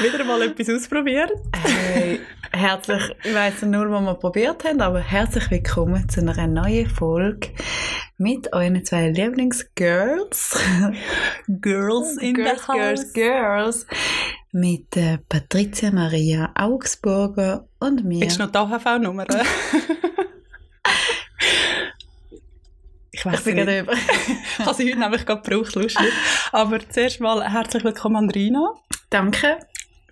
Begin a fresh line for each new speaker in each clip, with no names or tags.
wieder mal etwas ausprobiert.
Hey, herzlich, ich weiss nur, was wir probiert haben, aber herzlich willkommen zu einer neuen Folge mit euren zwei Lieblingsgirls. Girls in
Girls,
the house.
girls,
girls. Mit äh, Patricia Maria Augsburger und mir.
Ist noch die AHV-Nummer?
ich weiss
ich bin
nicht. Über.
ich habe sie heute nämlich gerade gebraucht, lustig. Aber zuerst mal herzlich willkommen an Rina.
Danke,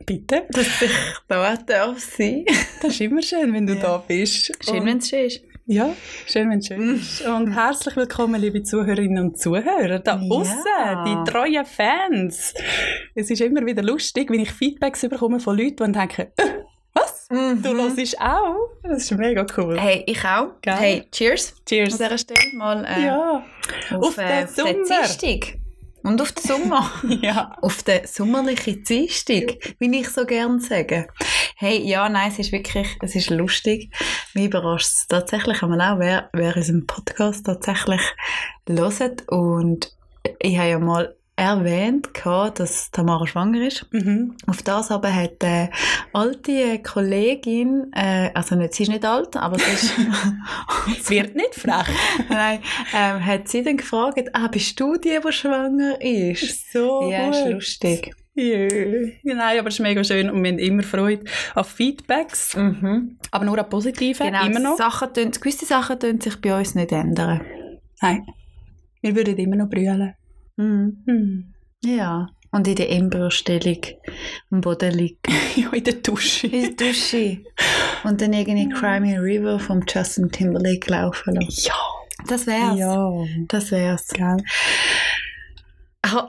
Bitte.
dass ich da darf sein.
Das ist immer schön, wenn du
Ja.
da bist.
Schön,
Und-
wenn es schön ist.
Ja, schön, wenn schön ist. Und herzlich willkommen, liebe Zuhörerinnen und Zuhörer, da
Ja.
draussen, die treuen Fans. Es ist immer wieder lustig, wenn ich Feedbacks bekomme von Leuten, die denken, «Äh, was? Du hörst auch? Das ist mega cool.
Mhm. Hey, ich auch.
Gell?
Hey, cheers. An
Cheers.
dieser Stelle mal äh,
Ja.
auf,
Auf
äh,
den
auf den
Sommer.
Dienstag. Und auf den Sommer.
ja.
auf den sommerlichen Dienstag, wie ich so gerne sage. Hey, ja, nein, es ist wirklich, es ist lustig. Mich überrascht es tatsächlich einmal auch, wer, wer unseren Podcast tatsächlich hört. Und ich habe ja mal erwähnt, gehabt, dass Tamara schwanger ist.
Mhm.
Auf das aber hat eine alte äh, Kollegin, äh, also nicht, sie ist nicht alt, aber sie ist,
Es wird nicht frech.
nein, ähm, hat sie dann gefragt, ah, bist du die, die schwanger ist?
So
ja, ist
gut.
lustig.
Yeah. Ja, Nein, aber es ist mega schön und wir haben immer Freude an Feedbacks,
Mhm.
aber nur an positiven,
Genau,
immer noch.
Sachen tun, gewisse Sachen tun sich bei uns nicht ändern.
Nein, wir würden immer noch brüllen. Hm.
Ja. Und in der Embryostellung am Boden liegen.
Ja, in der Dusche.
In der Dusche. Und dann irgendwie Cry Me a River vom Justin Timberlake laufen lassen.
Ja.
Das wär's. Das wär's.
Gell.
Ah,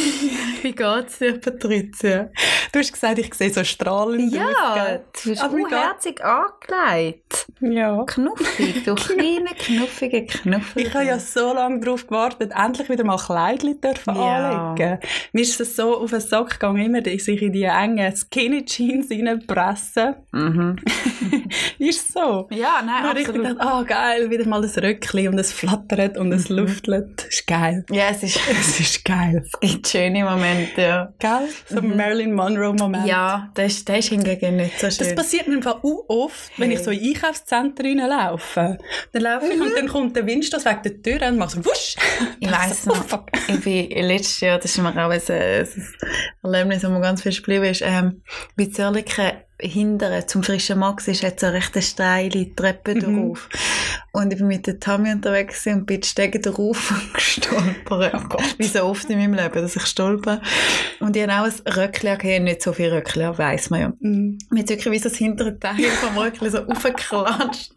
Wie geht's dir, Patricia?
Du hast gesagt, ich sehe so strahlend
Ja,
aus.
du bist
Aber wie
herzig angelegt.
gell? Ja.
Knuffig, du kleine, knuffige Knuffel.
Ich habe ja so lange darauf gewartet, endlich wieder mal Kleidchen dürfen
Ja.
anlegen. Mir ist es so auf den Sack gegangen, immer dass ich in die engen Skinny Jeans reinpressen.
Mhm.
Ist so.
Ja, nein,
Dann habe ich gedacht, ah geil, wieder mal das Röckli und es flattert und es
Mhm.
luftelt. Ist geil.
Ja, es ist
Es ist geil.
gibt schöne Momente, ja.
Geil? So ein Marilyn Monroe-Moment.
Mhm. Ja, das ist, das ist hingegen nicht so
Das
schön.
passiert mir im Fall auch oft, wenn ich so in Einkaufszentren reinlaufe. Dann laufe ich und dann kommt der Windstoß weg der Tür und macht so wusch.
Mhm. Ich weiss
so, oh,
noch.
fuck.
ich bin letztes Jahr, das ist mir auch ein, ein ein Erlebnis, wo mir ganz viel geblieben ist, ähm, bei Zürliken hindern zum frischen Max ist hat so eine recht steile Treppe
Mhm.
drauf. Und ich bin mit der Tami unterwegs gewesen und bin die Stege drauf und gestolpert.
Oh
Wie so oft in meinem Leben, dass ich stolper. Und ich habe auch ein Röckchen, okay, ich habe nicht so viel Röckchen, weiss man ja.
Mm.
Mir hat wirklich wie so das hintere Teil vom Röckli so aufgeklatscht.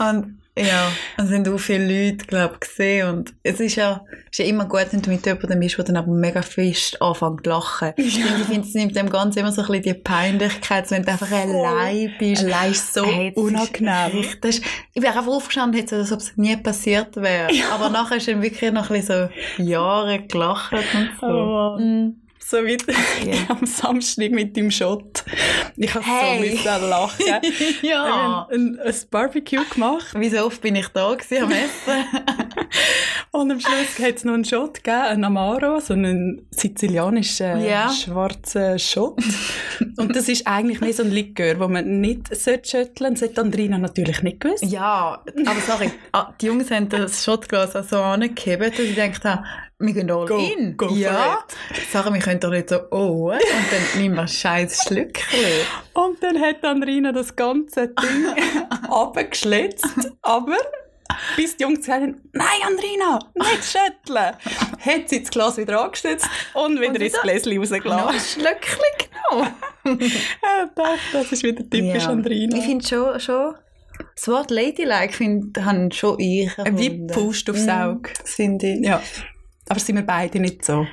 Und ja, es sind auch viele Leute, glaube ich, gesehen. Und es ist ja, ist ja immer gut, wenn du mit jemandem bist, der dann aber mega fest anfängt zu lachen. Und ich finde, es nimmt dem Ganzen immer so ein bisschen die Peinlichkeit, wenn du einfach allein bist.
Allein ist so
Hey, das ist
unangenehm.
richtig- das ist- Ich wäre einfach aufgestanden, hätte so, als ob es nie passiert wäre. Aber nachher ist dann wirklich noch ein bisschen so Jahre gelacht und so.
Oh.
Mm.
So wie
Ja.
am Samstag mit dem Schott. Ich habe
Hey.
so müssen lachen. Wir
ja.
haben ein, ein Barbecue gemacht
Wie so oft bin ich da gewesen am Essen?
und am Schluss hat es noch einen Schott gegeben, einen Amaro, so einen sizilianischen
Ja.
schwarzen Schott. und das ist eigentlich mehr so ein Likör, wo man nicht sollte schütteln sollte. Das hat Andrina natürlich nicht gewusst.
Ja, aber sorry, ah, die Jungs haben das Shotglas auch so angegeben, dass ich gedacht habe, wir gehen all
Go,
in.
go for
ja. Sorry, wir können doch nicht so, oh, und dann nimm mal scheiß Schlückchen.
Und dann hat Andrina das ganze Ding abgeschlitzt. Aber bis die Jungs gesagt haben, nein Andrina, nicht schütteln, hat sie das Glas wieder angeschnitzt und wieder
Und
ins
wieder-
Gläschen
Noch
rausgelassen.
ein Schlückchen genommen.
Ja, das- Das ist wieder typisch
Genau. Ja.
Andrina.
Ich finde schon, schon, das Wort Ladylike finde haben schon ich
Äh, Wie
erfunden. Mhm.
Pust aufs Auge sind die. Ja. Aber sind wir beide nicht so.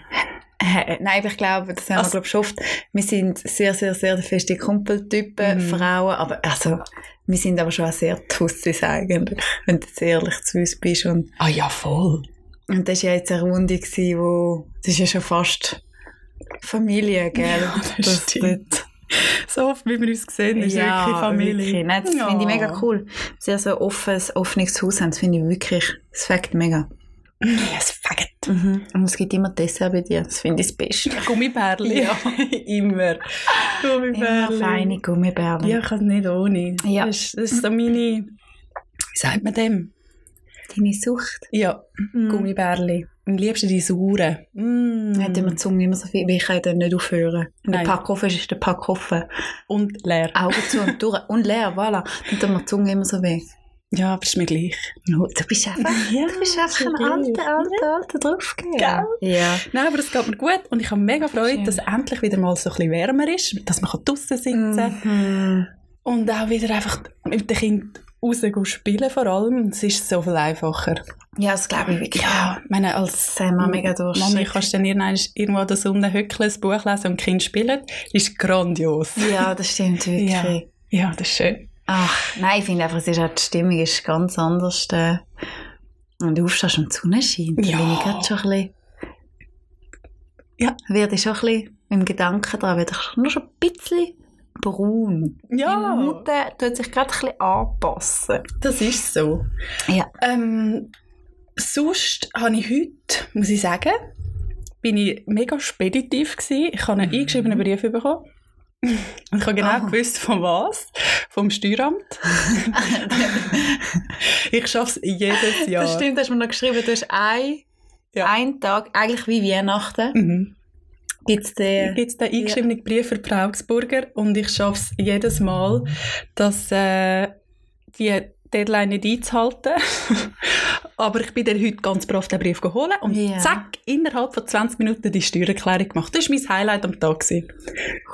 Äh, Nein, aber ich glaube, das haben
Also-
wir glaube ich schon oft. Wir sind sehr, sehr, sehr feste Kumpeltypen,
Mhm.
Frauen, aber also, wir sind aber schon auch sehr Tussis eigentlich, wenn du jetzt ehrlich zu uns bist und
Ah ja, voll.
Und das war ja jetzt eine Runde, gewesen, wo das ist ja schon fast Familie, gell?
Ja, das stimmt.
dort-
So oft, wie wir uns sehen, ist
ja,
wirklich Familie.
Wirklich. Nein, das finde ich mega cool. Sehr so ein offenes, offenes Haus haben, das finde ich wirklich, das fängt mega.
Yes, fuck it.
Und es gibt immer Dessert bei dir, das finde ich das Beste.
Gummibärli. Ja. Immer. Gummibärli.
Immer feine Gummibärli.
Ja, ich kann nicht ohne.
Ja.
Das, ist, das ist so meine, wie sagt man dem?
Deine Sucht.
Ja,
Gummibärli.
Gummibärli. Am liebsten die sauren. Mm. Ah,
Hat immer die Zunge immer so viel, weil ich kann dann nicht aufhören. Und der
Nein.
Pack offen ist, ist der Pack offen.
Und leer.
Augen zu und durch und leer, voilà. Dann tut mir die Zunge immer so weh.
Ja, aber ist mir gleich.
No, du bist einfach,
Ja,
du bist einfach
so
ein
gut.
alter, alter, alter Draufgeher.
Gell?
Ja.
Nein, aber es geht mir gut und ich habe mega Freude,
Schön.
dass es endlich wieder mal so ein bisschen wärmer ist, dass man draußen sitzen kann
Mhm.
und auch wieder einfach mit den Kindern raus gehen spielen vor allem. Es ist so viel einfacher.
Ja, das glaube ich wirklich.
Ja, ich meine, als
Das haben wir mega durch.
Mami kannst du dann irgendwann irgendwo in der Sonne hückeln, ein Buch lesen und Kind spielen. Das ist grandios.
Ja, das stimmt wirklich.
Ja. Ja, das ist schön.
Ach, nein, ich finde einfach, es ist halt, die Stimmung ist ganz anders. Äh, und du aufstehst und die Sonne scheint.
Ja.
Da bin ich grad schon ein bisschen...
Ja.
Werde ich schon ein bisschen im Gedanken dran, werde ich nur schon ein bisschen braun. Meine
Ja,
Minute tut sich gerade ein bisschen anpassen.
das ist so.
Ja.
Ähm, sonst habe ich heute, muss ich sagen, bin ich mega speditiv gewesen. Ich habe einen
Mhm.
eingeschriebenen Brief bekommen. Und ich habe genau
Aha.
gewusst, von was? Vom Steueramt. ich schaffe es jedes Jahr.
Das stimmt, hast du mir noch geschrieben, du hast ein,
Ja.
einen Tag, eigentlich wie Weihnachten,
Mhm.
gibt es den...
Gibt es den eingeschriebenen Brief für die Augsburger und ich schaffe es jedes Mal, dass äh, die Deadline nicht einzuhalten. Aber ich bin dann heute ganz brav den Brief geholt und
Ja.
zack, innerhalb von 20 Minuten die Steuererklärung gemacht. Das war mein Highlight am Tag. gewesen.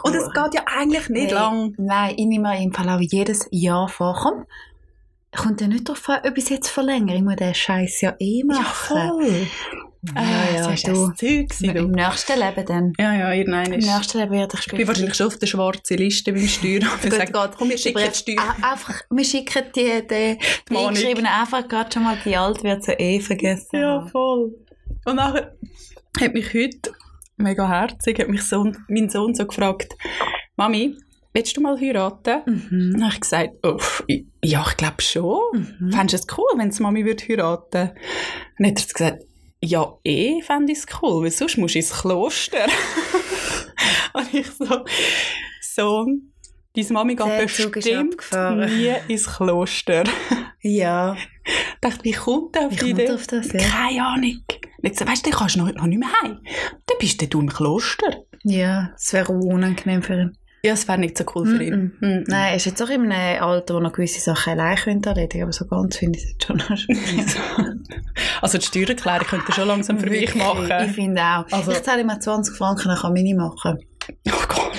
Und es geht ja eigentlich nicht
Hey,
lang.
Nein, ich nehme im Fall auch jedes Jahr vor. Komm, kommt ja nicht darauf an, ob ich es jetzt verlängere. Ich muss den Scheiß ja eh machen.
Ja, ja,
ja,
das war
du.
Äh, das Zeug. gewesen,
Im
du.
nächsten Leben dann.
Ja, ja, irgendein
Im
ist...
nächsten Leben werde ich
Ich bin wahrscheinlich schon auf der schwarzen Liste beim Steueramt. Ich sage, komm, wir schicken die Steuer.
Ah, einfach, wir schicken die, die, die
Mahnung.
eingeschriebenen einfach gerade schon mal, die alt wird sie eh vergessen.
Ja,
haben.
voll. Und nachher hat mich heute, mega herzig, hat mich Sohn, mein Sohn so gefragt, Mami, willst du mal heiraten? Und
Mhm.
dann habe ich gesagt, «Uff, i- ja, ich glaube schon.
Mhm.
Fändest du es cool, wenn die Mami würde heiraten Und dann hat er gesagt, ja, eh fände ich es cool, weil sonst musst du ins Kloster. Und ich so, Sohn, deine Mami geht
Der Zug ist
bestimmt
abgefahren.»
nie ins Kloster.
Ja,
Ich dachte, wie kommt der auf
ich
die
komme
Idee?
auf das, ja.
Keine Ahnung. Und ich gesagt, weißt du, dann kannst du noch, noch nicht mehr heim. Dann bist du im Kloster.
Ja, es wäre auch unangenehm für ihn.
Ja, es wäre nicht so cool für ihn. Mhm.
Nein, er ist jetzt auch in einem Alter, wo noch gewisse Sachen allein können erledigen aber so ganz finde ich es jetzt schon noch schwierig.
Also die Steuererklärung könnt ihr schon langsam für mich
Wirklich, Ich
machen.
finde auch.
Also-
ich zahle immer 20 Franken, dann kann meine machen.
Oh Gott.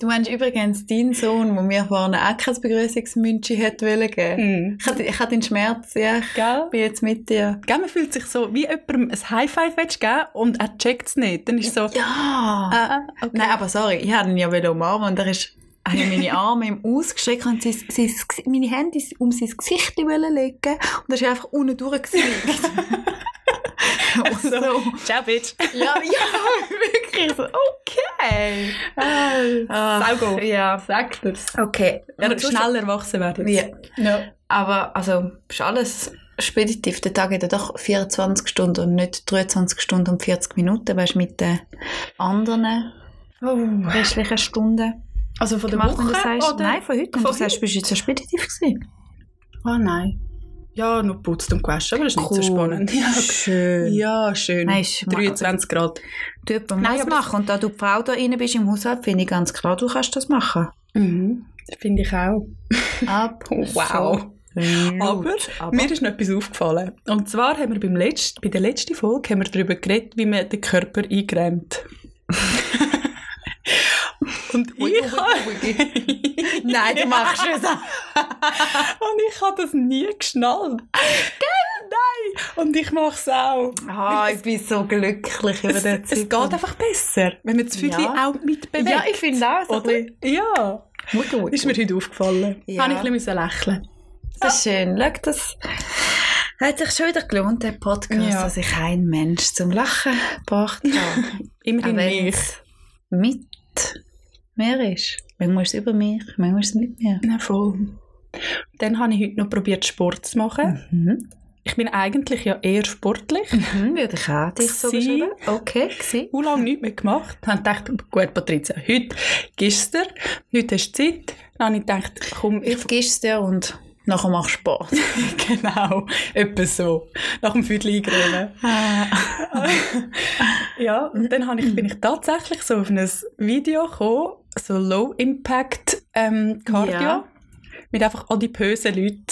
Du meinst übrigens deinen Sohn, der mir vorhin auch kein Begrüßungsmünzchen hat wollen geben.
Mhm.
Ich hatte, ich hatte den Schmerz, ja.
Gell?
Ich bin jetzt mit dir.
Gell, man fühlt sich so, wie jemandem ein High-Five willst geben und er checkt es nicht. Dann ist so,
Ja!
ah, okay.
Nein, aber sorry, ich habe ihn ja wollen umarmen und er ist er hat meine Arme ihm ausgestreckt und sein, sein, Gesi- meine Hände um sein Gesicht wollen legen und er ist einfach unten durchgeslippt. Und so.
Ciao, Bitch.
Also, Ja, ja, wirklich. So, okay. Ah,
Saugo.
ja.
Sagt er's.
Okay.
Ja, schnell erwachsen werden.
Ja. Aber also ist alles speditiv. Der Tag hat ja doch 24 Stunden und nicht 23 Stunden und 40 Minuten, weißt du, mit den anderen
Oh.
restlichen Stunden.
Also von der
Gemacht, wenn
Woche
du sagst,
oder?
nein, von heute. Wenn
Von
du sagst, bist du jetzt so speditiv gewesen.
Ah, nein. Ja, nur geputzt und gewaschen, aber das ist nicht so spannend. Ja,
Schön.
Ja, schön.
Nein, ist mal-
23 Grad.
Du jemand muss
Nein,
das
aber das-
machen. Und da du die Frau da rein bist im Haushalt, finde ich ganz klar, du kannst das machen.
Mhm. Finde ich auch.
Ab.
Oh, Wow. Aber, mir ist noch etwas aufgefallen. Und zwar haben wir beim letzten, bei der letzten Folge haben wir darüber geredet, wie man den Körper eingrenzt. Und ich habe
Nein, du machst es.
und ich habe das nie geschnallt. Gell? Nein. Und ich mache es auch.
Ah, ich bin so glücklich über
Es,
den
es geht einfach besser, wenn man das Füßchen
Ja.
auch mitbewegt.
Ja, ich finde auch. So
Oder? Ja.
Wiggle,
Ist mir heute aufgefallen.
Ja.
Habe ich ein bisschen lächeln.
Das ist schön. Schau, das hat sich schon wieder gelohnt, der Podcast,
Ja.
dass ich ein Mensch zum Lachen gebracht habe. Auch
Immerhin
wenn
mich.
es mit mir ist. Manchmal ist es über mich, manchmal ist es mit mir.
Na voll. Dann habe ich heute noch probiert Sport zu machen.
Mhm.
ich bin eigentlich ja eher sportlich.
Mhm, würde ich auch dich so
Sie-
beschreiben. Okay, gsi.
How lange nichts mehr gemacht. Dann dachte ich, gut, Patricia, heute gibst du dir, heute hast du Zeit. Dann habe ich gedacht, komm, ich
Ich vergiss dir und nachher machst du Sport.
genau, etwa so. Nach dem Viertel eingreifen. Ah. ja, und dann hab ich, bin ich tatsächlich so auf ein Video gekommen, so Low-Impact ähm, Cardio.
Ja.
Mit einfach adipösen Leuten.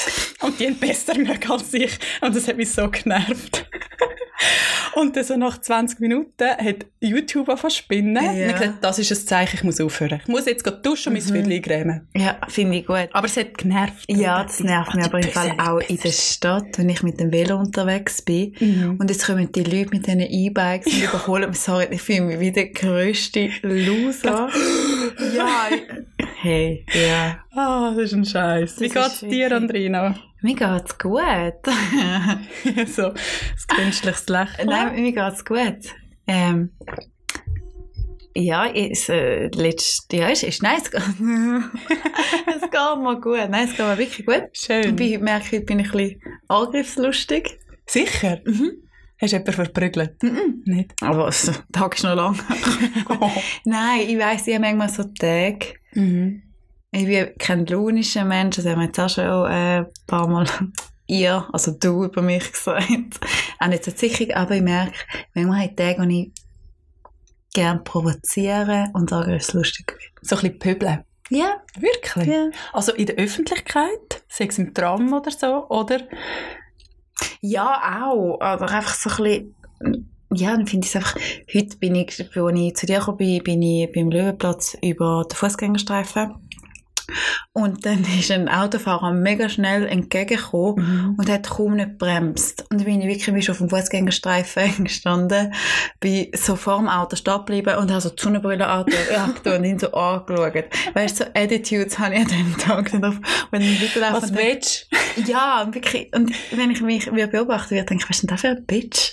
Und die haben besser mögen als ich. Und das hat mich so genervt. Und dann so nach 20 Minuten hat YouTube angefangen zu spinnen. Und ich
Ja. Mhm.
hab gesagt, das ist ein Zeichen, ich muss aufhören. Ich muss jetzt gerade duschen und mein Viertel eingrämen.
ja, finde ich gut.
Aber es hat genervt.
Ja, das nervt mich aber im
Adipöse,
Fall auch in der Stadt, wenn ich mit dem Velo unterwegs bin.
Mhm.
Und jetzt kommen die Leute mit diesen E-Bikes und überholen mich. Sorry, ich fühle mich wie der grösste Loser. ja. ich- Hey, ja.
Ah, das ist ein Scheiß. Wie
ist
geht's dir,
wirklich-
Andrina?
Mir geht's gut.
so, das künstliches Lächeln.
Nein, mir geht's gut. Ähm, ja, ist, äh, letzt, ja, ist, ist nice. es geht mir gut. Nein, es geht mir wirklich gut.
Schön.
Ich bin- merke, ich bin ein bisschen angriffslustig.
Sicher?
Mhm.
Hast du jemanden verprügelt?
Mhm.
Nicht.
Aber es- der Tag ist noch lang. Nein, ich weiss, ich habe manchmal so Tage,
Mhm.
ich bin kein launischer Mensch, das haben wir jetzt auch schon äh, ein paar Mal ihr, also du über mich gesagt. Auch nicht so sicher, aber ich merke, manchmal habe ich Tage, wo ich gerne provoziere und sage, es ist lustig.
So ein bisschen pöbeln.
Ja,
Wirklich?
ja.
Also in der Öffentlichkeit, sei es im Tram oder so, oder?
Ja, auch. Oder einfach so ein bisschen, ja, dann finde ich es einfach, heute bin ich, als ich zu dir gekommen bin, bin ich beim Löwenplatz über den Fußgängerstreifen. Und dann ist ein Autofahrer mega schnell entgegengekommen
Mhm.
und hat kaum nicht bremst. Und dann bin ich wirklich bist auf dem Fußgängerstreifen gestanden, bin so vor dem Auto stehen geblieben und habe so die Sonnenbrille angetan und ihn so angeschaut. Weißt du, so Attitudes habe ich an dem Tag nicht auf, wenn ich weiterlaufe.
Was
und denke,
willst du?
ja, und wirklich. Und wenn ich mich wieder beobachten würde, denke ich, was ist denn das für ein Bitch?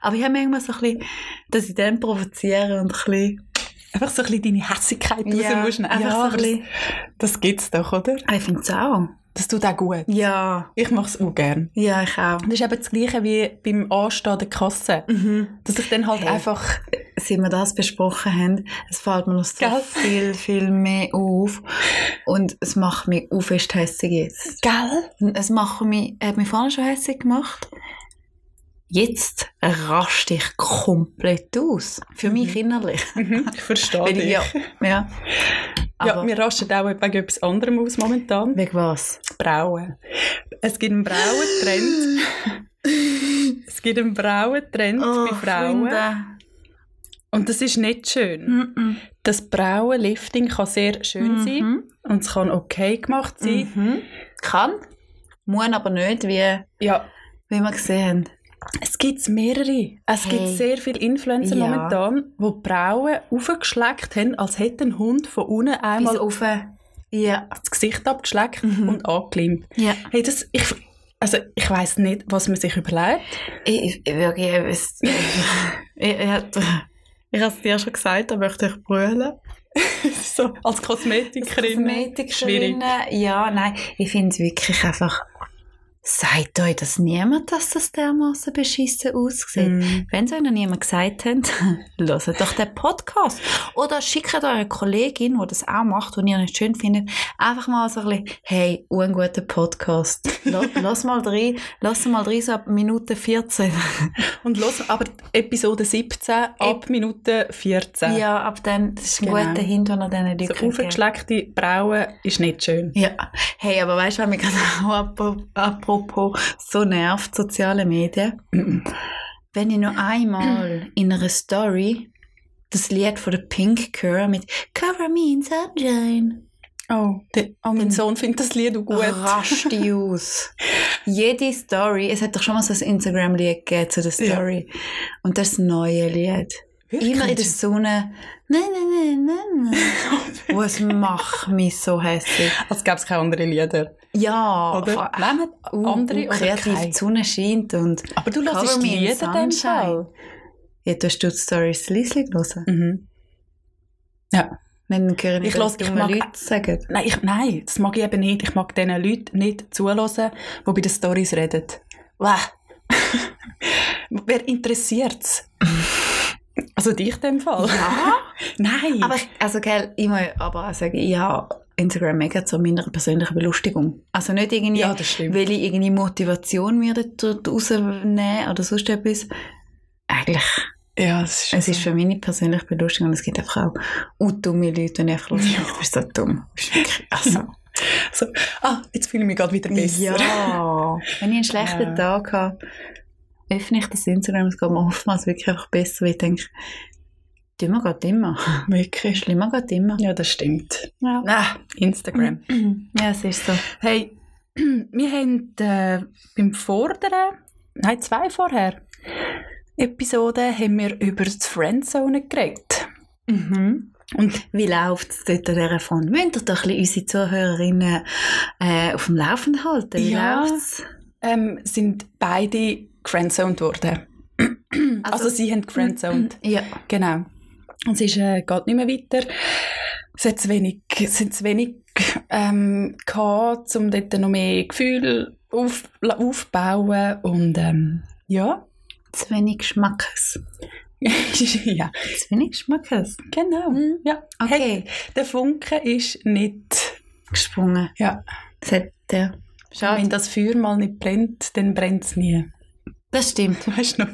Aber ich habe manchmal so ein bisschen, dass ich dann provoziere und ein bisschen...
Einfach so ein bisschen deine Hässigkeit
Ja,
rausmuschen. Einfach
ja,
so ein
aber
bisschen. Das gibt's doch, oder?
Ah, ich finde es auch.
Das tut auch gut.
Ja.
Ich mach's auch gern.
Ja, ich auch.
Das ist eben das Gleiche wie beim Anstehen an der Kasse.
Mhm.
Dass ich dann halt
Hey.
einfach...
Seit wir das besprochen haben, es fällt mir noch so
Gell?
viel, viel mehr auf. Und es macht mich auf, ist hässig jetzt.
Gell?
Es macht mich, hat mich vorhin schon hässig gemacht. Jetzt raste ich komplett aus. Für mich innerlich.
Mhm. Ich verstehe
Wenn
dich.
ich, ja, ja.
Ja,
Aber-
wir rasten auch wegen etwas anderem aus momentan.
Wegen was?
Brauen. Es gibt einen Brauentrend. es gibt einen Brauentrend
Oh,
bei Frauen. Und das ist nicht schön.
Mhm.
Das Brauenlifting kann sehr schön sein
Mhm.
und es kann okay gemacht sein.
Mhm. Kann, muss aber nicht, wie,
Ja,
wie wir gesehen haben.
es gibt mehrere. Es
Hey.
gibt sehr viele Influencer
Ja.
momentan, die die Brauen aufgeschleckt haben, als hätte ein Hund von unten einmal
Bis auf. Ja.
das Gesicht abgeschleckt
Mhm.
und angeklimmt.
ja.
Hey, das, ich, also ich weiß nicht, was man sich überlegt.
Ich, ich, wirklich, ich, weiß- ich, ich, hat- ich habe es dir schon gesagt, da möchte ich brüllen.
so als Kosmetikerin.
Kosmetikerinnen, ja, nein, ich finde es wirklich einfach, sagt euch das niemand, dass das dermaßen beschissen aussieht.
Mhm.
Wenn es euch noch niemand gesagt hat, hört doch den Podcast. Oder schickt eure Kollegin, die das auch macht und ihr nicht schön findet, einfach mal so ein bisschen, hey, unguter Podcast. Lass, lass mal rein, lass mal rein, so ab Minute 14.
Und los, aber Episode 17 ab Minute 14.
Ja, ab dann, das ist ein
Genau.
guter Hint, den ihr
So
diesen Leuten gebt.
aufgeschleckte Brauen ist nicht schön.
Ja, hey, aber weißt du, was mich gerade auch apro- apropos so nervt, soziale Medien? Wenn ich noch einmal in einer Story das Lied von der Pink höre mit Cover me in sunshine,
Oh, de, oh mein
Mhm.
Sohn findet das Lied auch gut.
rascht die aus. Jede Story, es hat doch schon mal so ein Instagram-Lied gegeben zu der Story. Und das neue Lied. Immer in der Sonne. Nein, nein, nein, nein, nein. Was macht mich so hässlich?
Als gäbe es keine anderen Lieder.
Ja,
Oder?
vor-
Nehmen
Uh,
andere
uh,
oder
kreativ
keine?
die Sonne scheint und
Aber du hörst die Lieder in dem Fall.
Ja, du hast du die Stories leise hören.
Mhm. Ja.
Wenn dann höre ich,
Ich
was
lass- ich
dumme
mag-
Leute sagen.
Nein, ich, nein, das mag ich eben nicht. Ich mag diesen Leuten nicht zuhören, die bei den Storys reden. Wah, Wer interessiert's? Also dich in dem Fall?
Ja.
Nein.
Aber ich, also, gell, ich muss aber auch sagen, ich habe Instagram mega zu meiner persönlichen Belustigung. Also nicht irgendwie,
ja, das stimmt.
weil ich irgendwie Motivation mir dort rausnehmen oder sonst etwas. Eigentlich,
Ja, das
es ist für meine persönliche Belustigung und es gibt einfach auch so dumme Leute, die ich einfach ja. du bist so dumm. Du bist wirklich- Also,
so. Ah, jetzt fühle ich mich gerade wieder besser.
ja. Wenn ich einen schlechten
Ja.
Tag habe, öffne ich das Instagram, es geht mir oftmals wirklich einfach besser, weil ich denke, dümmer geht immer,
Wirklich.
schlimmer geht immer.
Ja, das stimmt.
Ja.
Ah, Instagram.
ja, es ist so.
Hey, wir haben äh, beim vorderen, nein, zwei vorher, Episoden haben wir über das Friendzone geredet. Und
Wie läuft es dort an dieser Front? Wollt ihr doch ein bisschen unsere Zuhörerinnen äh, auf dem Laufenden halten? Wie
Ja.
läuft's?
ähm, sind beide gefriendzoned worden. Also,
Also-
sie haben gefriendzoned.
Ja.
genau. Und es ist, äh, geht nicht mehr weiter. Es hat zu wenig, es hat zu wenig ähm, gehabt, um dort noch mehr Gefühle auf, aufbauen. Und ähm, ja.
Zu wenig Geschmackes.
ja.
Zu wenig Geschmackes.
Genau.
Mhm.
Ja.
Okay.
Hey, der Funke ist nicht.
Gesprungen.
Ja.
Das hat, äh, Schade.
Wenn das Feuer mal nicht brennt, dann brennt es nie.
Das stimmt.
Weißt du noch?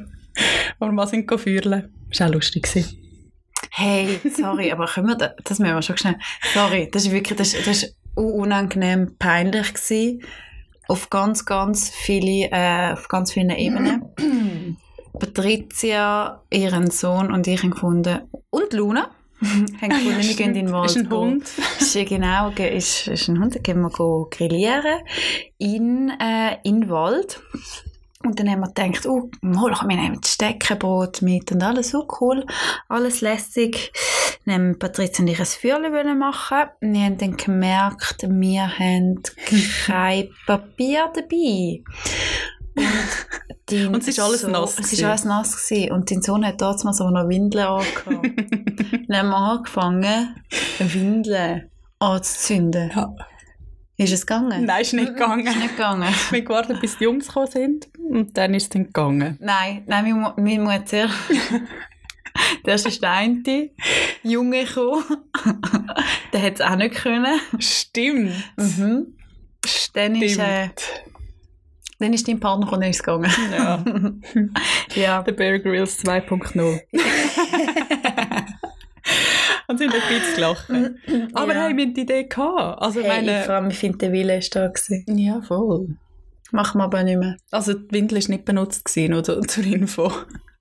Wo wir mal sind Feuerle. Das war auch lustig. gewesen.
Hey, sorry, aber können wir da, das müssen wir schon schnell. Sorry, das ist wirklich, das, ist- das ist un- unangenehm peinlich gewesen. Auf ganz, ganz viele, äh, auf ganz vielen Ebenen. Patricia, ihren Sohn und ich haben gefunden, und Luna, haben gefunden, wir gehen in den Wald.
Ah Ist ein
gehen.
Hund.
Ist, ja genau, ge- ist, ist ein Hund, da gehen wir go grillieren in, äh, in den Wald. Und dann haben wir gedacht, oh, mal, komm, wir nehmen das Steckenbrot mit und alles so cool, alles lässig. Dann haben Patricia und ich ein Feuerchen wollen machen. Und wir haben dann gemerkt, wir haben kein Papier dabei. Und, dein
Und es ist alles
Sohn-
nass
Es ist
gewesen.
alles nass gewesen. Und dein Sohn hat damals aber noch Windeln angehabt. Dann haben wir angefangen, Windeln anzuzünden.
Ja.
Ist es gegangen?
Nein, ist nicht
Ist
gegangen.
nicht gegangen.
Wir haben gewartet, bis die Jungs gekommen sind. Und dann ist es dann gegangen.
Nein, nein, wir, mu- wir müssen zuerst... Zuerst ist der eine Junge gekommen. der hat es auch nicht können.
Stimmt.
Mhm. Dann ist, äh,
Stimmt.
dann ist dein Partner gekommen, dann ist es gegangen.
Ja.
Ja.
Der Bear Grylls 2.0. Und sind ein bisschen gelacht. Aber
Ja.
hey, wir haben die Idee gehabt. Also,
Hey, ich
meine,
vor allem, ich finde, der Wille ist da gewesen.
ja, voll.
Machen wir aber nicht mehr.
Also die Windel war nicht benutzt, gewesen, oder? Zur Info.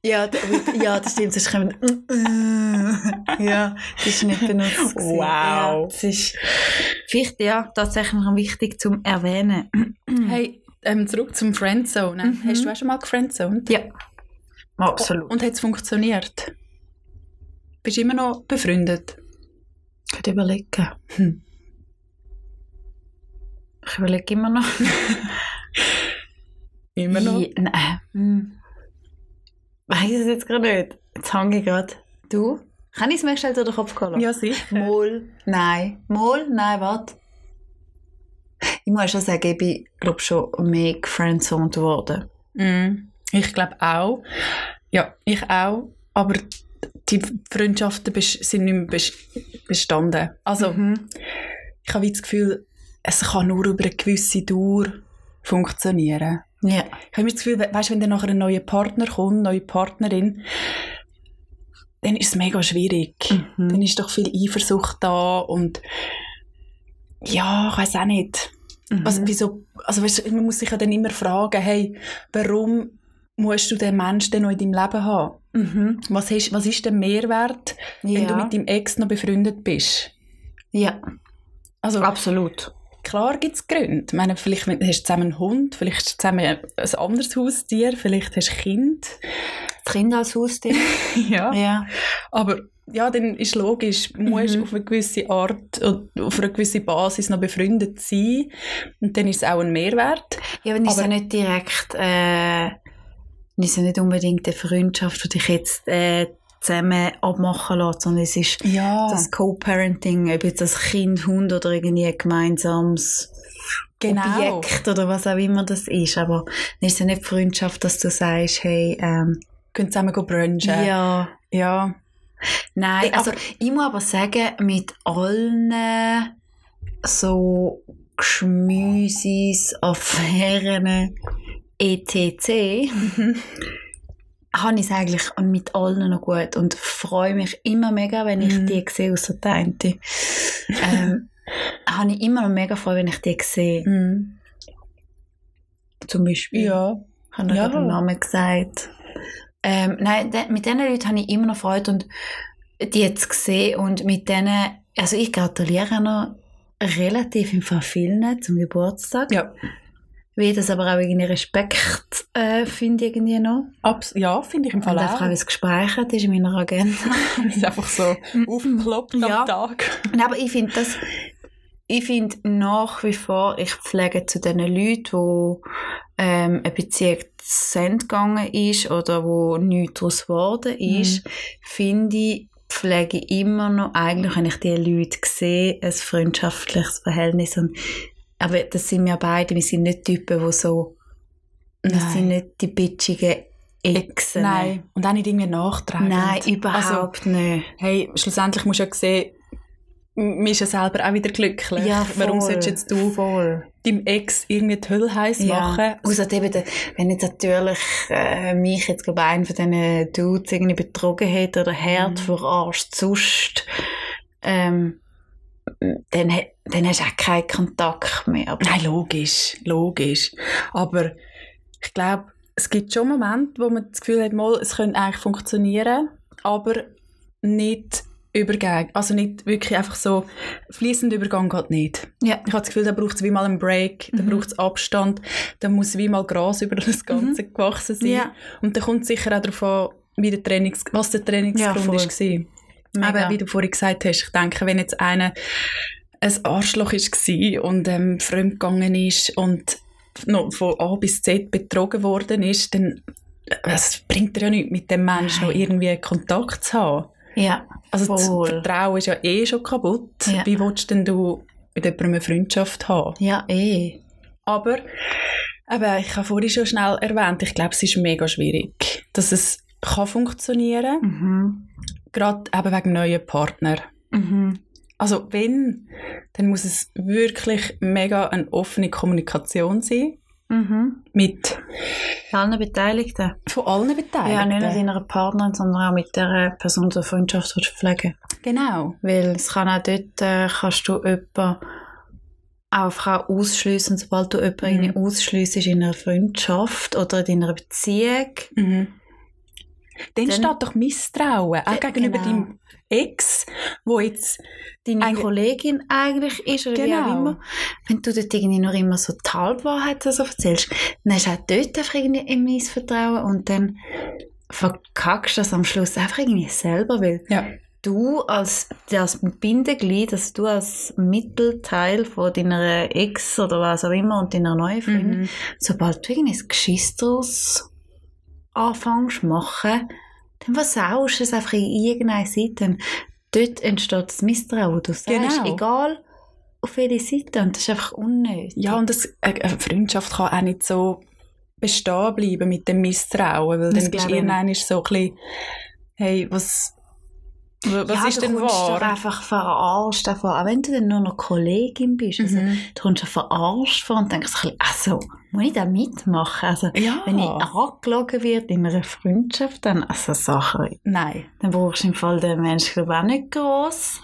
Ja, d- ja das stimmt. Sonst kommen Ja, das ist nicht benutzt. gewesen.
Wow.
Ja, das ist vielleicht ja, tatsächlich noch wichtig zum Erwähnen.
Hey, ähm, zurück zum Friendzone. Hast du auch schon mal gefriendzoned?
Ja, absolut.
Mhm. Und hat es funktioniert? Bist du immer noch befreundet?
Ich könnte überlegen.
Hm.
Ich überlege immer noch.
Immer
Ich, nein. Hm. Weiß es jetzt gerade nicht. Jetzt hänge ich gerade. Du? Kann ich es mir schnell durch den Kopf gehen?
Ja, sicher.
Mol, nein. Mol, nein, warte. Ich muss schon sagen, ich bin, glaube schon mehr gefriendzoned worden.
Mm, ich glaube auch. Ja, ich auch. Aber die Freundschaften bes- sind nicht mehr bes- bestanden. Also, ich habe wie das Gefühl, es kann nur über eine gewisse Dauer funktionieren.
Ja.
Ich habe immer das Gefühl, we weißt, wenn dann nachher ein neuer Partner kommt, eine neue Partnerin, dann ist es mega schwierig.
Mhm.
Dann ist doch viel Eifersucht da und ja, ich weiß auch nicht.
Mhm.
Was, wieso, also weißt, du, man muss sich ja dann immer fragen, hey, warum musst du den Menschen denn noch in deinem Leben haben?
Mhm.
Was, hast, was ist der Mehrwert,
Ja.
wenn du mit deinem Ex noch befreundet bist?
ja,
Also
absolut.
klar gibt es Gründe. Ich meine, vielleicht hast du zusammen einen Hund, vielleicht hast du zusammen ein anderes Haustier, vielleicht hast du ein Kind.
Das Kind als Haustier.
Ja.
ja.
Aber ja, dann ist logisch, du musst
Mhm.
auf eine gewisse Art und auf eine gewisse Basis noch befreundet sein. Und dann ist es auch ein Mehrwert.
Ja, aber ist
Aber-
ja nicht direkt, äh, ist ja nicht unbedingt eine Freundschaft, die dich jetzt äh, zusammen abmachen lässt, sondern es ist
Ja,
das Co-Parenting, ob jetzt das Kind, Hund oder irgendwie ein gemeinsames
genau.
Objekt oder was auch immer das ist. Aber dann ist es ja nicht Freundschaft, dass du sagst, hey, ähm,
Können zusammen go brunchen.
ja,
ja.
Nein,
Ja,
also ich muss aber sagen, mit allen so Geschmüses, Affären, etc.
Mhm.
habe ich es eigentlich mit allen noch gut und freue mich immer mega, wenn ich
Mhm.
die sehe, außer der eine. Ähm, habe ich immer noch mega Freude, wenn ich die sehe.
Mhm.
Zum Beispiel.
Ja.
Habe ja.
Ja.
den Namen gesagt. Ähm, nein, de, mit diesen Leuten habe ich immer noch Freude und die jetzt gesehen und mit denen, also ich gratuliere auch noch relativ im Fall vielen zum Geburtstag.
Ja.
Weil ich das aber auch irgendwie Respekt äh, finde irgendwie noch.
Abs ja, finde ich im
Und
Fall
einfach auch, wie
auch.
es gespeichert ist in meiner Agenda.
Das ist einfach so aufgeploppt
Mhm. Ja.
am Tag.
Nein, aber ich finde das, ich finde nach wie vor, ich pflege zu den Leuten, wo ähm, eine Beziehung zu Ende gegangen ist oder wo nichts daraus geworden ist,
Mhm.
finde ich, pflege ich immer noch, eigentlich, wenn ich die Leute sehe, ein freundschaftliches Verhältnis. Und, aber das sind wir beide, wir sind nicht Typen, die so, wir
Nein.
sind nicht die bitchigen Exen.
Nein. Und auch nicht irgendwie nachtragend. Also,
Nein, überhaupt nicht.
hey, schlussendlich musst du ja sehen, m- man ist ja selber auch wieder glücklich. Warum
voll,
solltest du jetzt du
voll.
deinem Ex irgendwie die Hölle heiß machen?
Außer eben, der- wenn jetzt natürlich äh, mich jetzt glaub, einer von diesen Dudes irgendwie betrogen hat oder hart
Mhm.
verarscht sonst, ähm, dann, he- dann hast du auch keinen Kontakt mehr. Aber
Nein, logisch, logisch. Aber ich glaube, es gibt schon Momente, wo man das Gefühl hat, mal, es könnte eigentlich funktionieren, aber nicht Übergang. Also nicht wirklich einfach so, fließend Übergang geht nicht.
Ja.
Ich habe das Gefühl, da braucht es wie mal einen Break, da
Mhm.
braucht es Abstand, da muss wie mal Gras über das Ganze gewachsen sein.
Ja.
Und da kommt sicher auch darauf an, wie der Trainings was der
Ja,
Trainingsgrund
voll.
war.
Mega.
Aber wie du vorhin gesagt hast, ich denke, wenn jetzt einer ein Arschloch war und ähm, fremdgegangen ist und noch von A bis Z betrogen worden ist, dann äh, es bringt dir ja nichts, mit dem Menschen noch
Nein.
irgendwie Kontakt zu haben.
ja,
Also
Voll.
das Vertrauen ist ja eh schon kaputt.
Ja.
Wie willst denn du mit jemandem eine Freundschaft haben?
ja, eh.
Aber eben, ich habe vorhin schon schnell erwähnt, ich glaube, es ist mega schwierig, dass es kann funktionieren
Mhm.
gerade eben wegen dem neuen Partner.
Mhm.
Also wenn, dann muss es wirklich mega eine offene Kommunikation sein
Mhm.
mit
Allen Beteiligten.
von allen Beteiligten.
Ja, nicht nur deiner Partnerin, sondern auch mit der Person, die du Freundschaft willst pflegen
Genau.
Weil es kann auch dort, äh, kannst du jemanden auch auch ausschliessen, sobald du
Mhm.
jemanden mhm. ausschliessest in einer Freundschaft oder in deiner Beziehung.
Mhm. Dann,
Dann-
steht doch Misstrauen, auch
Ja,
gegenüber
genau.
deinem Ex, wo jetzt
Deine
Eigentlich-
Kollegin eigentlich ist oder wie auch
Genau.
immer. Wenn du dort irgendwie noch immer so die Halbwahrheit so erzählst, dann hast du auch dort einfach irgendwie ein Missvertrauen und dann verkackst du das am Schluss einfach irgendwie selber, weil
ja.
du als das Bindeglied, dass du als Mittelteil von deiner Ex oder was auch immer und deiner neuen Freundin
Mhm.
sobald du irgendein Geschiss draus anfängst zu machen, dann versaust du es einfach in irgendeine Seite. Und dort entsteht das Misstrauen, wo du sagst,
Genau.
egal auf welche Seite, und das ist einfach unnötig.
Ja, und das, eine eine Freundschaft kann auch nicht so bestehen bleiben mit dem Misstrauen, weil
Das
dann bist
glaube
du
ich
irgendwann so ein bisschen, hey, was, wa- was
ja,
ist
du
denn
kommst doch
wahr?
einfach verarscht davon, auch wenn du dann nur noch Kollegin bist. Also,
Mhm.
du kommst ja verarscht vor und denkst, ein bisschen, also, muss ich da mitmachen? Also,
Ja.
wenn ich angelogen wird in einer Freundschaft, dann, also Sachen,
Nein.
dann brauchst du im Fall den Menschen glaube ich, auch nicht gross.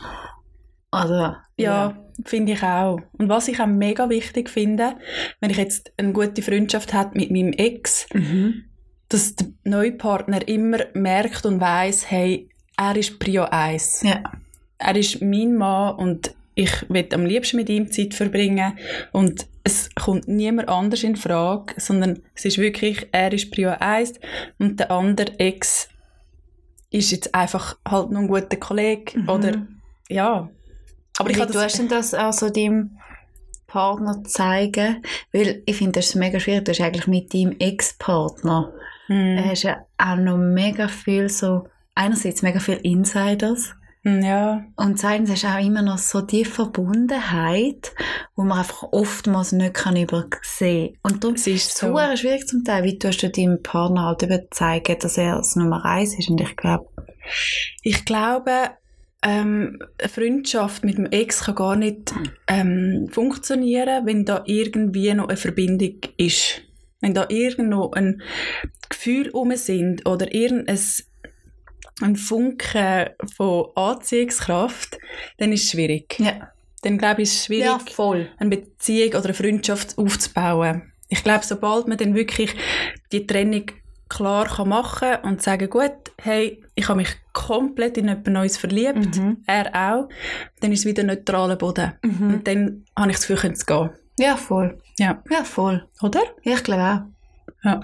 Also,
Ja, finde ich auch. Und was ich auch mega wichtig finde, wenn ich jetzt eine gute Freundschaft habe mit meinem Ex,
Mhm.
dass der neue Partner immer merkt und weiß, hey, er ist Prio 1.
Ja.
er ist mein Mann und ich will am liebsten mit ihm Zeit verbringen und es kommt niemand anders in Frage, sondern es ist wirklich, er ist Prio 1 und der andere Ex ist jetzt einfach halt noch ein guter Kollege
Mhm.
oder ja. Aber ich
Wie
habe das,
tust du denn das also deinem Partner zeigen? Weil ich finde, das ist mega schwierig. Du hast eigentlich mit deinem Ex-Partner
Hm,
hast ja auch noch mega viel so einerseits mega viele Insiders
Hm, Ja.
und zweitens hast du auch immer noch so die Verbundenheit, wo man einfach oftmals nicht kann übersehen kann. Und darum
Es ist
ist
so.
es schwierig zum Teil, wie tust du deinem Partner halt eben zeigen, dass er das Nummer eins ist. Und ich glaube,
Ich glaube, ähm, eine Freundschaft mit dem Ex kann gar nicht ähm, funktionieren, wenn da irgendwie noch eine Verbindung ist. Wenn da irgendwo ein Gefühl rum sind oder irgendein ein Funken von Anziehungskraft, dann ist es schwierig.
ja,
Dann glaube ich, ist es schwierig,
voll.
eine Beziehung oder eine Freundschaft aufzubauen. Ich glaube, sobald man dann wirklich die Trennung klar kann machen und sagen, gut, hey, ich habe mich komplett in jemand Neues verliebt,
Mhm.
er auch, dann ist es wieder neutraler Boden.
Mhm.
Und dann habe ich das Gefühl, könnte es gehen.
Ja, voll.
Ja.
Ja, voll.
Oder?
Ja, ich glaube auch.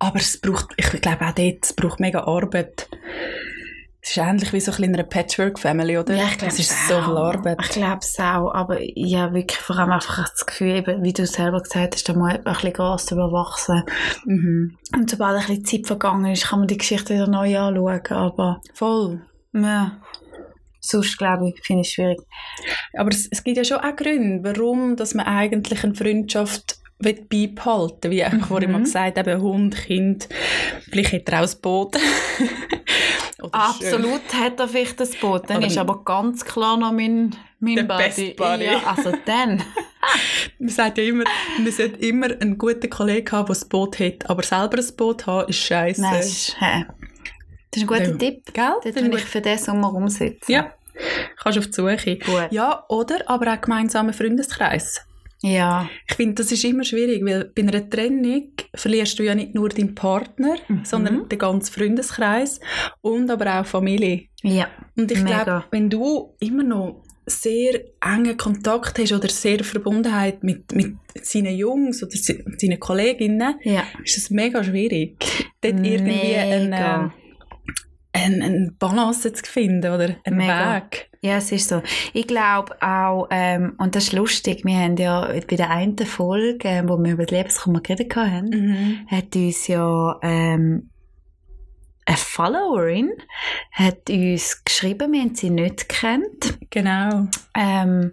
Aber es braucht, ich glaube auch dort, es braucht mega Arbeit. Es ist ähnlich wie so ein bisschen in einer Patchwork-Family, oder? es ist so viel Arbeit.
Ich glaube es auch, aber ich habe wirklich vor allem einfach das Gefühl, eben, wie du selber gesagt hast, da muss ein bisschen Gras überwachsen.
Mhm.
Und sobald ein bisschen Zeit vergangen ist, kann man die Geschichte wieder neu anschauen, aber
Voll.
ja. sonst glaube ich, finde ich es schwierig.
Aber es, es gibt ja schon auch Gründe, warum dass man eigentlich eine Freundschaft will beibehalten Wie einfach vorhin mal gesagt eben Hund, Kind, vielleicht hätte er auch ein Boot. Oder
Absolut hat er vielleicht das Boot, dann
Aber-
ist aber ganz klar noch mein,
Der
mein
best Buddy.
Ja, also dann.
schön. Man sagt ja immer, man sollte immer einen guten Kollegen haben, der ein Boot hat. Aber selber ein Boot haben ist scheiße.
Nein, das ist, hä. das ist ein guter
Ja.
Tipp.
Gell?
Den
Dann
würde ich für den Sommer umsetzen.
Ja. Kannst du auf die Suche.
Gut.
Ja, oder aber auch gemeinsamer Freundeskreis.
Ja.
Ich finde, das ist immer schwierig, weil bei einer Trennung verlierst du ja nicht nur deinen Partner,
Mhm.
sondern den ganzen Freundeskreis und aber auch Familie.
Ja.
Und ich
Mega.
glaube, wenn du immer noch sehr engen Kontakt hast oder sehr Verbundenheit mit, mit seinen Jungs oder se- seinen Kolleginnen,
Ja.
ist es mega schwierig, dort irgendwie
Mega.
eine, eine, eine Balance zu finden oder einen
Mega.
Weg.
Ja, es ist so. Ich glaube auch, ähm, und das ist lustig, wir haben ja bei der einen Folge, ähm, wo wir über die Lebenskummer geredet haben,
Mhm.
hat uns ja ähm, eine Followerin hat uns geschrieben, wir haben sie nicht gekannt.
Genau.
Ähm,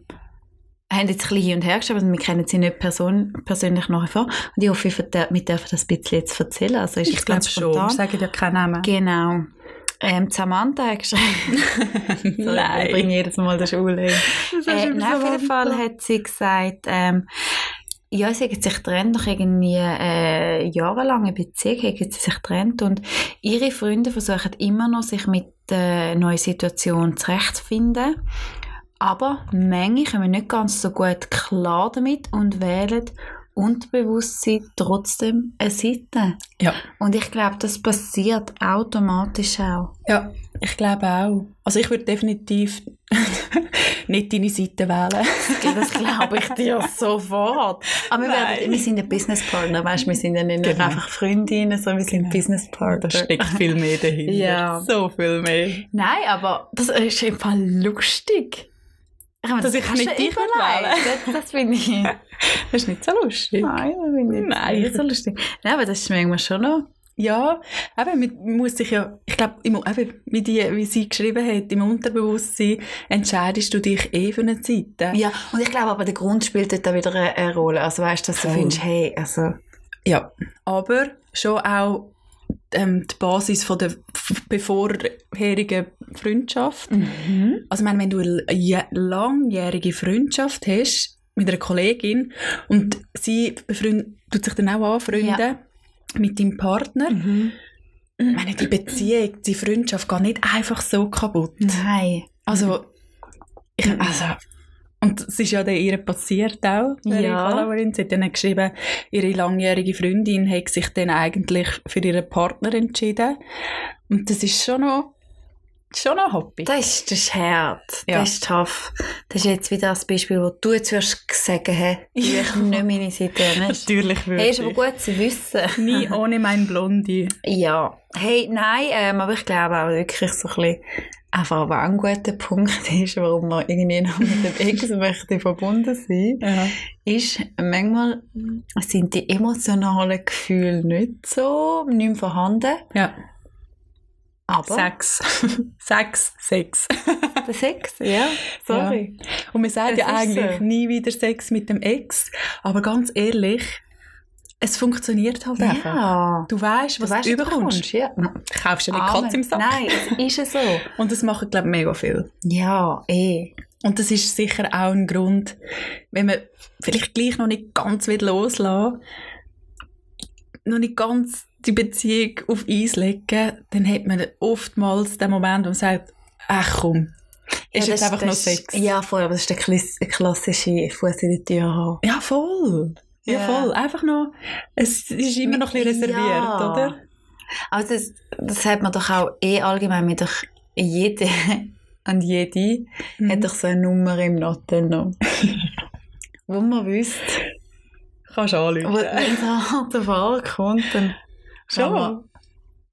haben jetzt ein bisschen hin und her geschrieben, also wir kennen sie nicht person persönlich nach wie vor. Und ich hoffe, ich verda- wir dürfen das ein bisschen jetzt erzählen. Also ist
Ich,
das
glaube
ganz
schon. Wir
spontan.
sagen ja keinen Namen.
Genau. Ähm, Samantha hat geschrieben. Ich bringe jedes Mal das Schule. Äh, nein, auf jeden Fall hat sie gesagt, ähm, ja, sie hat sich getrennt, nach irgendwie äh, jahrelange Beziehung hat sie sich getrennt und ihre Freunde versuchen immer noch, sich mit der neuen Situation zurechtzufinden. Aber manche kommen nicht ganz so gut klar damit und wählen Unterbewusstsein trotzdem eine Seite.
Ja.
Und ich glaube, das passiert automatisch auch.
ja, ich glaube auch. Also ich würde definitiv nicht deine Seite wählen.
Das glaube ich dir sofort. Aber wir,
Nein.
werden, wir sind ja Businesspartner, weißt du, wir sind ja nicht
Genau.
nur einfach Freundinnen, sondern wir sind
Genau.
Businesspartner.
viel mehr dahinter.
Ja.
So viel mehr.
Nein, aber das ist im Fall lustig. Ich meine,
Dass
das
ich
kannst du
nicht
ja
dich
überleiten. Das, das finde ich... Nein,
Das ist nicht so lustig.
das finde ich
Nein.
nicht so lustig. Nein, aber das ist manchmal schon noch...
Ja, eben, man muss sich ja, ich glaube, im- eben, wie, die, eh, wie sie geschrieben hat, im Unterbewusstsein entscheidest du dich eh für eine Seite.
Ja, und ich glaube aber, der Grund spielt dort auch wieder eine, eine Rolle. Also weißt du, dass du
Voll.
findest, hey, also...
Ja, aber schon auch ähm, die Basis von der f- bevorherigen Freundschaft.
Mhm.
Also ich meine, wenn du eine l- jä- langjährige Freundschaft hast mit einer Kollegin und sie befreund, tut sich dann auch anfreunden mit deinem Partner,
Mhm.
ich meine, die Beziehung, die Freundschaft geht nicht einfach so kaputt.
Nein.
Also, ich,
Mhm.
also, und es ist ja dann ihr passiert auch, ihre
Ja.
Followerin. Sie hat dann geschrieben, ihre langjährige Freundin hat sich dann eigentlich für ihren Partner entschieden. Und das ist schon noch, schon noch happy.
Das ist, das ist hart,
Ja.
das ist tough. Das ist jetzt wieder das Beispiel, wo du jetzt wirst sagen, hey, ich
Ja.
will nicht meine Seite ernst.
Natürlich
Hey, ist aber gut zu wissen.
Nie ohne mein Blondie.
Ja. Hey, nein, ähm, aber ich glaube auch wirklich so ein bisschen, einfach was ein guter Punkt ist, warum man irgendwie noch mit dem Ex möchte verbunden sein,
Ja.
ist, manchmal sind die emotionalen Gefühle nicht so, nicht mehr vorhanden.
ja.
Aber?
Sex. Sex, Sex.
Der Sex, ja. Sorry.
Und man sagt
Es
ja
ist
eigentlich
so.
nie wieder Sex mit dem Ex. Aber ganz ehrlich, es funktioniert halt einfach. Du weißt, was du,
weisst,
überkommst.
Ja.
Du kaufst ja nicht
Amen.
Katze im Sack.
Nein, es ist ja so.
Und das machen, glaube ich, mega viel.
Ja, eh.
Und das ist sicher auch ein Grund, wenn man vielleicht gleich noch nicht ganz will loslassen, noch nicht ganz die Beziehung auf Eis legen, dann hat man oftmals den Moment, wo man sagt, ach komm, ist
ja,
jetzt
das-
einfach noch
das-
Sex.
Ja, voll, aber das ist der klass- klassische Fuß in die Tür haben.
Ja, voll. Ja,
Ja.
voll. Einfach noch, es ist immer noch ein bisschen reserviert,
Ja.
oder?
Also das, das hat man doch auch eh allgemein mit doch jede und jede
Mhm.
hat doch so eine Nummer im Noten noch. wo man wüsst,
kannst du
wo- wenn es hart auf hart kommt, dann kann man-
Schon?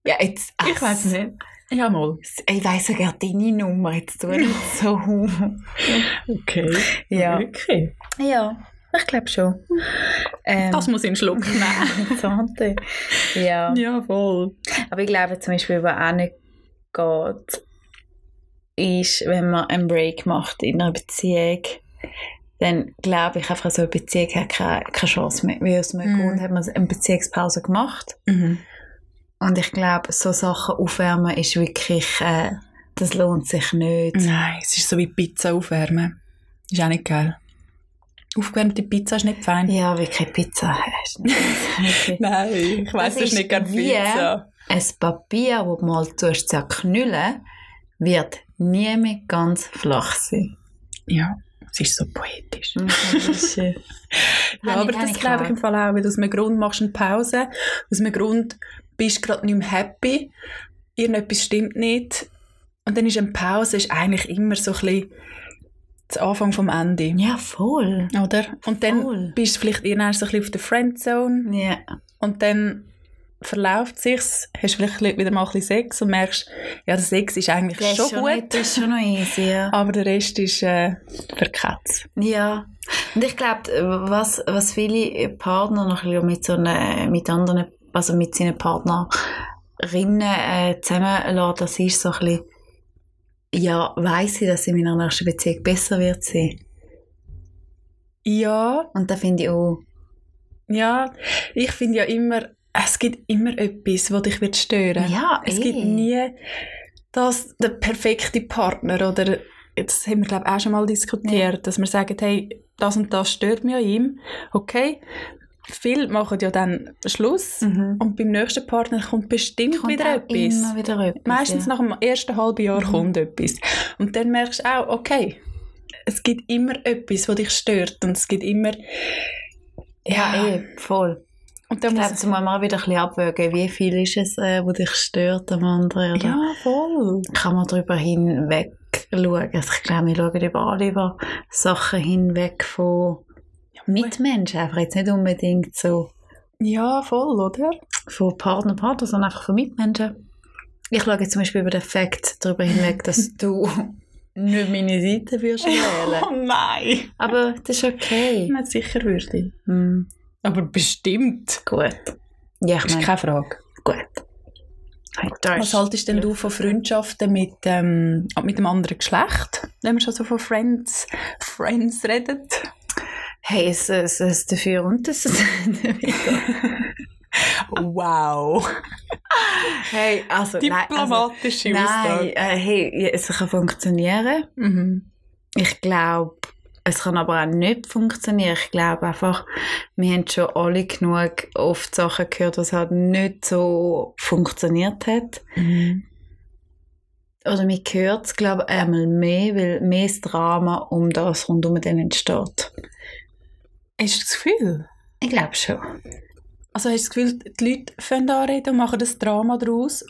Ja, jetzt.
Ich weiß nicht. Ja, mal.
Ich weiss ja gerne deine Nummer, jetzt tu nicht so. um.
Okay.
ja.
Wirklich?
Ja, ich glaube schon. Ähm,
Das muss ich schlucken.
Tante. Ja.
ja, voll.
Aber ich glaube zum Beispiel, was auch nicht geht, ist, wenn man einen Break macht in einer Beziehung, dann glaube ich einfach, so eine Beziehung hat keine, keine Chance mehr. Weil aus einem
Mhm.
Grund hat man eine Beziehungspause gemacht. Und ich glaube, so Sachen aufwärmen ist wirklich, äh, das lohnt sich nicht.
Nein, es ist so wie Pizza aufwärmen. Ist auch nicht geil. Aufgewärmte Pizza ist nicht fein.
Ja, wie keine Pizza hast. Wirklich.
Nein, ich weiss,
Das
das ist
ist
nicht gerne
wie-
Pizza.
ein Papier, das du mal tust, zerknüllen, wird nie mehr ganz flach sein.
Ja, es ist so poetisch.
Hm. ja,
Ja, aber das glaube ich im Fall auch, weil aus einem Grund machst du eine Pause, aus einem Grund bist du gerade nicht mehr happy, irgendetwas stimmt nicht. Und dann ist eine Pause ist eigentlich immer so ein bisschen der Anfang vom Ende.
Ja, voll.
Oder? Und dann
Voll.
bist du vielleicht irgendwann so ein bisschen auf der Friendzone
Ja.
und dann verläuft sich's, hast vielleicht wieder mal ein bisschen Sex und merkst, ja, der Sex ist eigentlich
Das ist
schon, gut,
nicht- Das ist schon noch easy, ja.
aber der Rest ist äh, verkatzt.
Ja. Und ich glaube, was, was viele Partner noch ein bisschen mit so einer, mit anderen, also mit seinen Partnerinnen äh, zusammenlassen, das ist so ein bisschen, ja, weiss ich, dass in meiner nächsten Beziehung besser wird sein.
Ja,
Und da finde ich auch,
Ja, ich finde ja immer, es gibt immer etwas, was dich wird stören
ja,
Es
eh.
gibt nie das, der perfekte Partner oder das haben wir glaube auch schon mal diskutiert, dass wir sagen, hey, das und das stört mich an ihm, okay. Viele machen ja dann Schluss
Mhm.
und beim nächsten Partner kommt bestimmt
kommt
wieder
auch Immer
etwas.
wieder etwas.
Meistens
ja.
nach dem ersten halben Jahr kommt etwas. Und dann merkst du auch, okay, es gibt immer etwas, was dich stört und es gibt immer...
Ja, eh, voll.
Und dann
Ich
muss
glaube,
es
das muss man auch wieder ein bisschen abwägen, wie viel ist es, äh, wo dich stört am anderen. Oder
Ja, voll.
Kann man darüber hinweg schauen? Also ich glaube, wir schauen überall über Sachen hinweg von Mitmenschen. Einfach jetzt nicht unbedingt so
Ja, voll, oder?
von Partner, Partner, sondern einfach von Mitmenschen. Ich schaue jetzt zum Beispiel über den Fakt darüber hinweg, dass du nicht meine Seite würdest wählen.
Oh, nein.
Aber das ist okay.
Nicht sicher würde ich.
Hm,
Aber bestimmt.
gut. Ja, ich
Das ist
meine,
keine Frage.
Gut. Da
Was haltest denn du von Freundschaften mit, ähm, mit dem anderen Geschlecht? Wenn wir schon so von Friends, Friends reden.
Hey, es ist, es ist dafür und das ist
Wow.
Hey, also
Diplomatische
nein, also, nein
Aussage.
äh, hey, ja, es kann funktionieren.
Mhm.
Ich glaube, es kann aber auch nicht funktionieren. Ich glaube einfach, wir haben schon alle genug oft Sachen gehört, was halt nicht so funktioniert hat.
Mhm.
Oder man hört es, glaube ich, einmal mehr, weil mehr das Drama um das rundum dann entsteht.
Hast du das Gefühl?
Ich glaube schon.
Also hast du das Gefühl, die Leute fangen an reden und machen das Drama daraus?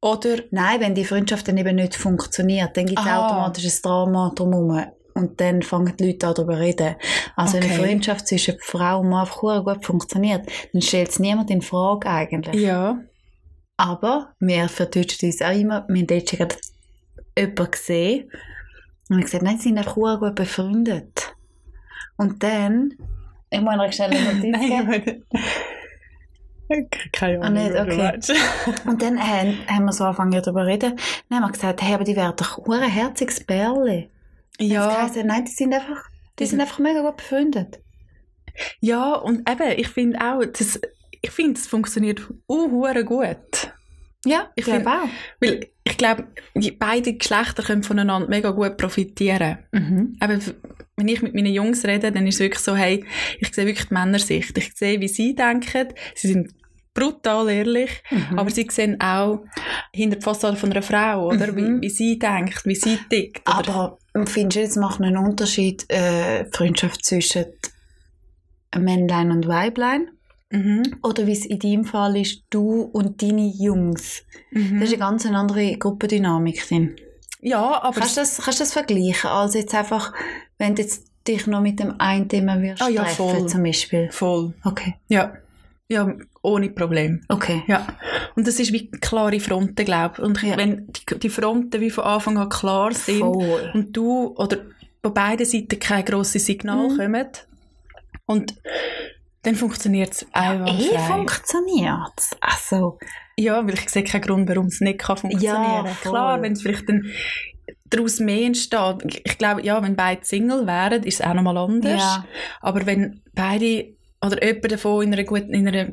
Oder
Nein, wenn die Freundschaft dann eben nicht funktioniert, dann gibt es
Aha.
automatisch ein Drama drumherum. Und dann fangen die Leute an darüber zu reden. Also wenn eine
Okay.
Freundschaft zwischen Frau und Mann einfach verdammt gut funktioniert, dann stellt es niemand in Frage eigentlich.
ja.
Aber wir verdeutschen uns auch immer, wir haben letztens gerade jemanden gesehen und haben gesagt, nein, sie sind einfach verdammt gut befreundet. Und dann, ich muss noch schnell eine Notiz geben.
Nein, Keine
Ah, nicht,
Ahnung.
okay. Und dann haben, haben wir so angefangen darüber zu reden. Dann haben wir gesagt, hey, aber die wären doch ein herziges Bärli. Also Das
Ja, Also
heisst, nein, die sind einfach, die
Die
sind
sind-
einfach mega gut befreundet.
ja, und eben, ich finde auch, das, ich finde, es funktioniert uhuere gut.
Ja,
ich
ich glaube
find-
auch.
Weil ich glaube, die- beide Geschlechter können voneinander mega gut profitieren. Aber wenn ich mit meinen Jungs rede, dann ist es wirklich so, hey, ich sehe wirklich die Männersicht. Ich sehe, wie sie denken. Sie sind brutal ehrlich,
Mhm.
aber sie sehen auch hinter die Fassade von einer Frau, oder?
Mhm.
Wie, wie sie denkt, wie sie tickt. Oder?
Aber findest du, es macht einen Unterschied, äh, die Freundschaft zwischen Männlein und Weiblein?
Mhm.
Oder wie es in deinem Fall ist, du und deine Jungs.
Mhm.
Das ist eine ganz andere Gruppendynamik drin.
ja, aber
Kannst du das, kannst du das vergleichen? Also jetzt einfach, wenn du jetzt dich noch mit dem einen Thema würdest
Ah, ja,
treffen,
voll.
zum Beispiel.
voll.
Okay,
Ja. Ja, ohne Problem.
okay.
Ja, und das ist wie klare Fronten, glaube ich. Und ich-
Ja.
wenn die, die Fronten wie von Anfang an klar sind
Voll.
und du oder von beiden Seiten kein grosses Signal
Mhm.
kommen, und dann funktioniert es
Eh
einwandfrei.
funktioniert es. Also,
Ja, weil ich sehe keinen Grund, warum es nicht kann funktionieren
Ja, voll.
Klar, wenn es vielleicht dann daraus mehr entsteht. Ich- Ich glaube, ja, wenn beide Single wären, ist es auch nochmal anders.
Ja.
Aber wenn beide oder jemand davon in einer guten, in einer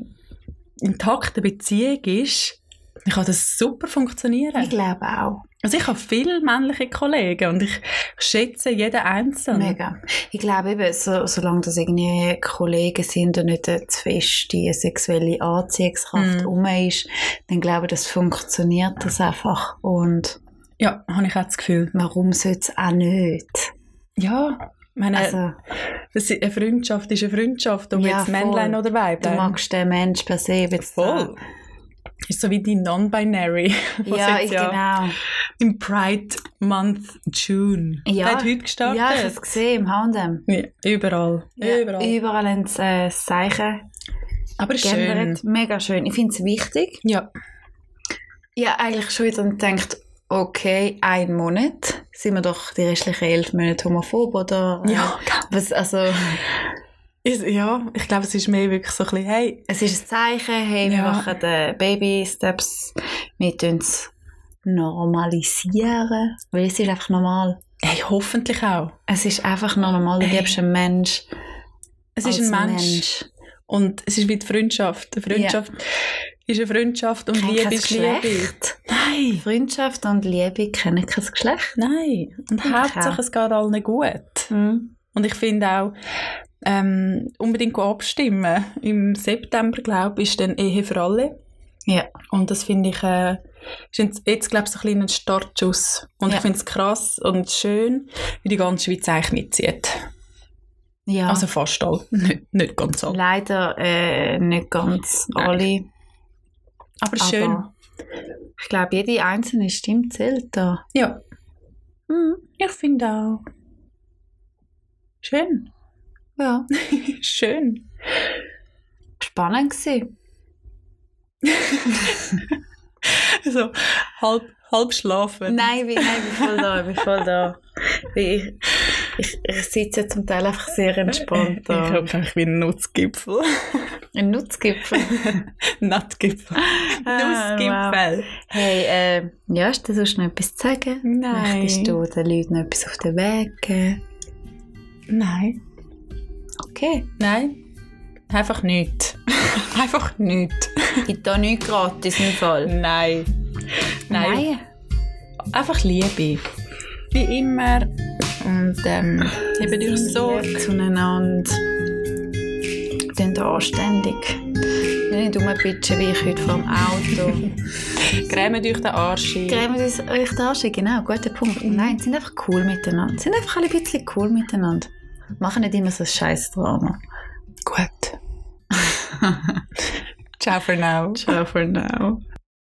intakten Beziehung ist, dann kann das super
ich
funktionieren.
glaube auch.
Also ich habe viele männliche Kollegen und ich schätze jeden Einzelnen.
Mega. Ich glaube eben, so, solange das irgendwie Kollegen sind und nicht eine zu feste sexuelle Anziehungskraft
Mm.
rum ist, dann glaube ich, das funktioniert das einfach. Und
Ja, habe ich auch das Gefühl.
warum sollte es auch nicht?
Ja, ich meine,
Also,
das ist, eine Freundschaft ist eine Freundschaft, ob
Ja,
jetzt
voll.
Männlein oder
du
Weiblein.
magst den Mensch per se. ob jetzt
Voll. Ist so wie die Non-Binary.
da-
was
Ja,
jetzt
ich, genau.
Im Pride Month June.
Ja.
Der hat heute gestartet.
Ja, ich habe es gesehen im Handem.
Ja, überall.
Ja,
überall.
überall haben sie äh, das Zeichen
Aber schön.
geändert. Mega schön. Ich finde es wichtig.
Ja.
Ja, eigentlich schon wieder und denkt, okay, ein Monat, sind wir doch die restlichen elf Monate homophob, oder? Äh,
Ja, genau.
Was, also,
ist, ja, ich glaube, es ist mehr wirklich so ein bisschen, hey,
es ist ein Zeichen, hey, wir
Ja.
machen äh, Baby-Steps, wir tun es normalisieren, weil es ist einfach normal.
hey, hoffentlich auch.
Es ist einfach noch normal, du
Hey.
liebst einen Mensch
Es ist ein Mensch. Und es ist wie die Freundschaft. Eine Freundschaft ist eine Freundschaft und
Kein
Liebe
kein
ist Liebe.
Geschlecht.
Nein.
Freundschaft und Liebe kennen kein Geschlecht.
Nein. Und
Okay.
Hauptsache, es geht allen gut. Und ich finde auch, ähm, unbedingt abstimmen. Im September, glaube ich, ist dann Ehe für alle.
Ja.
Und das finde ich, äh, ist jetzt- jetzt glaube ich so ein kleiner Startschuss. Und
Ja.
ich finde es krass und schön, wie die ganze Schweiz eigentlich mitzieht.
ja.
Also fast all. Nicht, nicht ganz all.
Leider äh, nicht ganz
Nein.
alle.
Aber schön.
Aber ich glaube, jede einzelne Stimme zählt da.
Ja.
Mhm.
Ich finde auch. Schön.
Ja.
schön.
Spannend gewesen.
So halb, halb schlafen.
Nein, ich bin, nein, ich bin voll da, ich bin voll da. Ich, ich, ich sitze ja zum Teil einfach sehr entspannt
Ich habe
da.
einfach wie einen Nutzgipfel.
Ein Nutzgipfel.
Nattgipfel. Ah, Nussgipfel.
Ah, Hey, äh, ja, hast du sonst noch etwas zu sagen?
Nein.
Möchtest du den Leuten noch etwas auf den Weg geben?
Nein.
Okay.
Nein. Einfach nicht. Einfach nicht.
Gibt da nichts gratis im Fall.
Nein. Nein. Einfach Liebe. Wie immer. Und ähm, eben durch Sorge.
zueinander. Dann da anständig. Nicht rumbitschen, wie ich heute vor dem Auto.
Cremen durch den Arsch. ein.
Grämen uns euch da anstehen, genau, guter Punkt. Nein, sind einfach cool miteinander. Sind einfach alle ein bisschen cool miteinander. Machen nicht immer so ein scheiß Drama.
Gut. Ciao for now.
Ciao for now.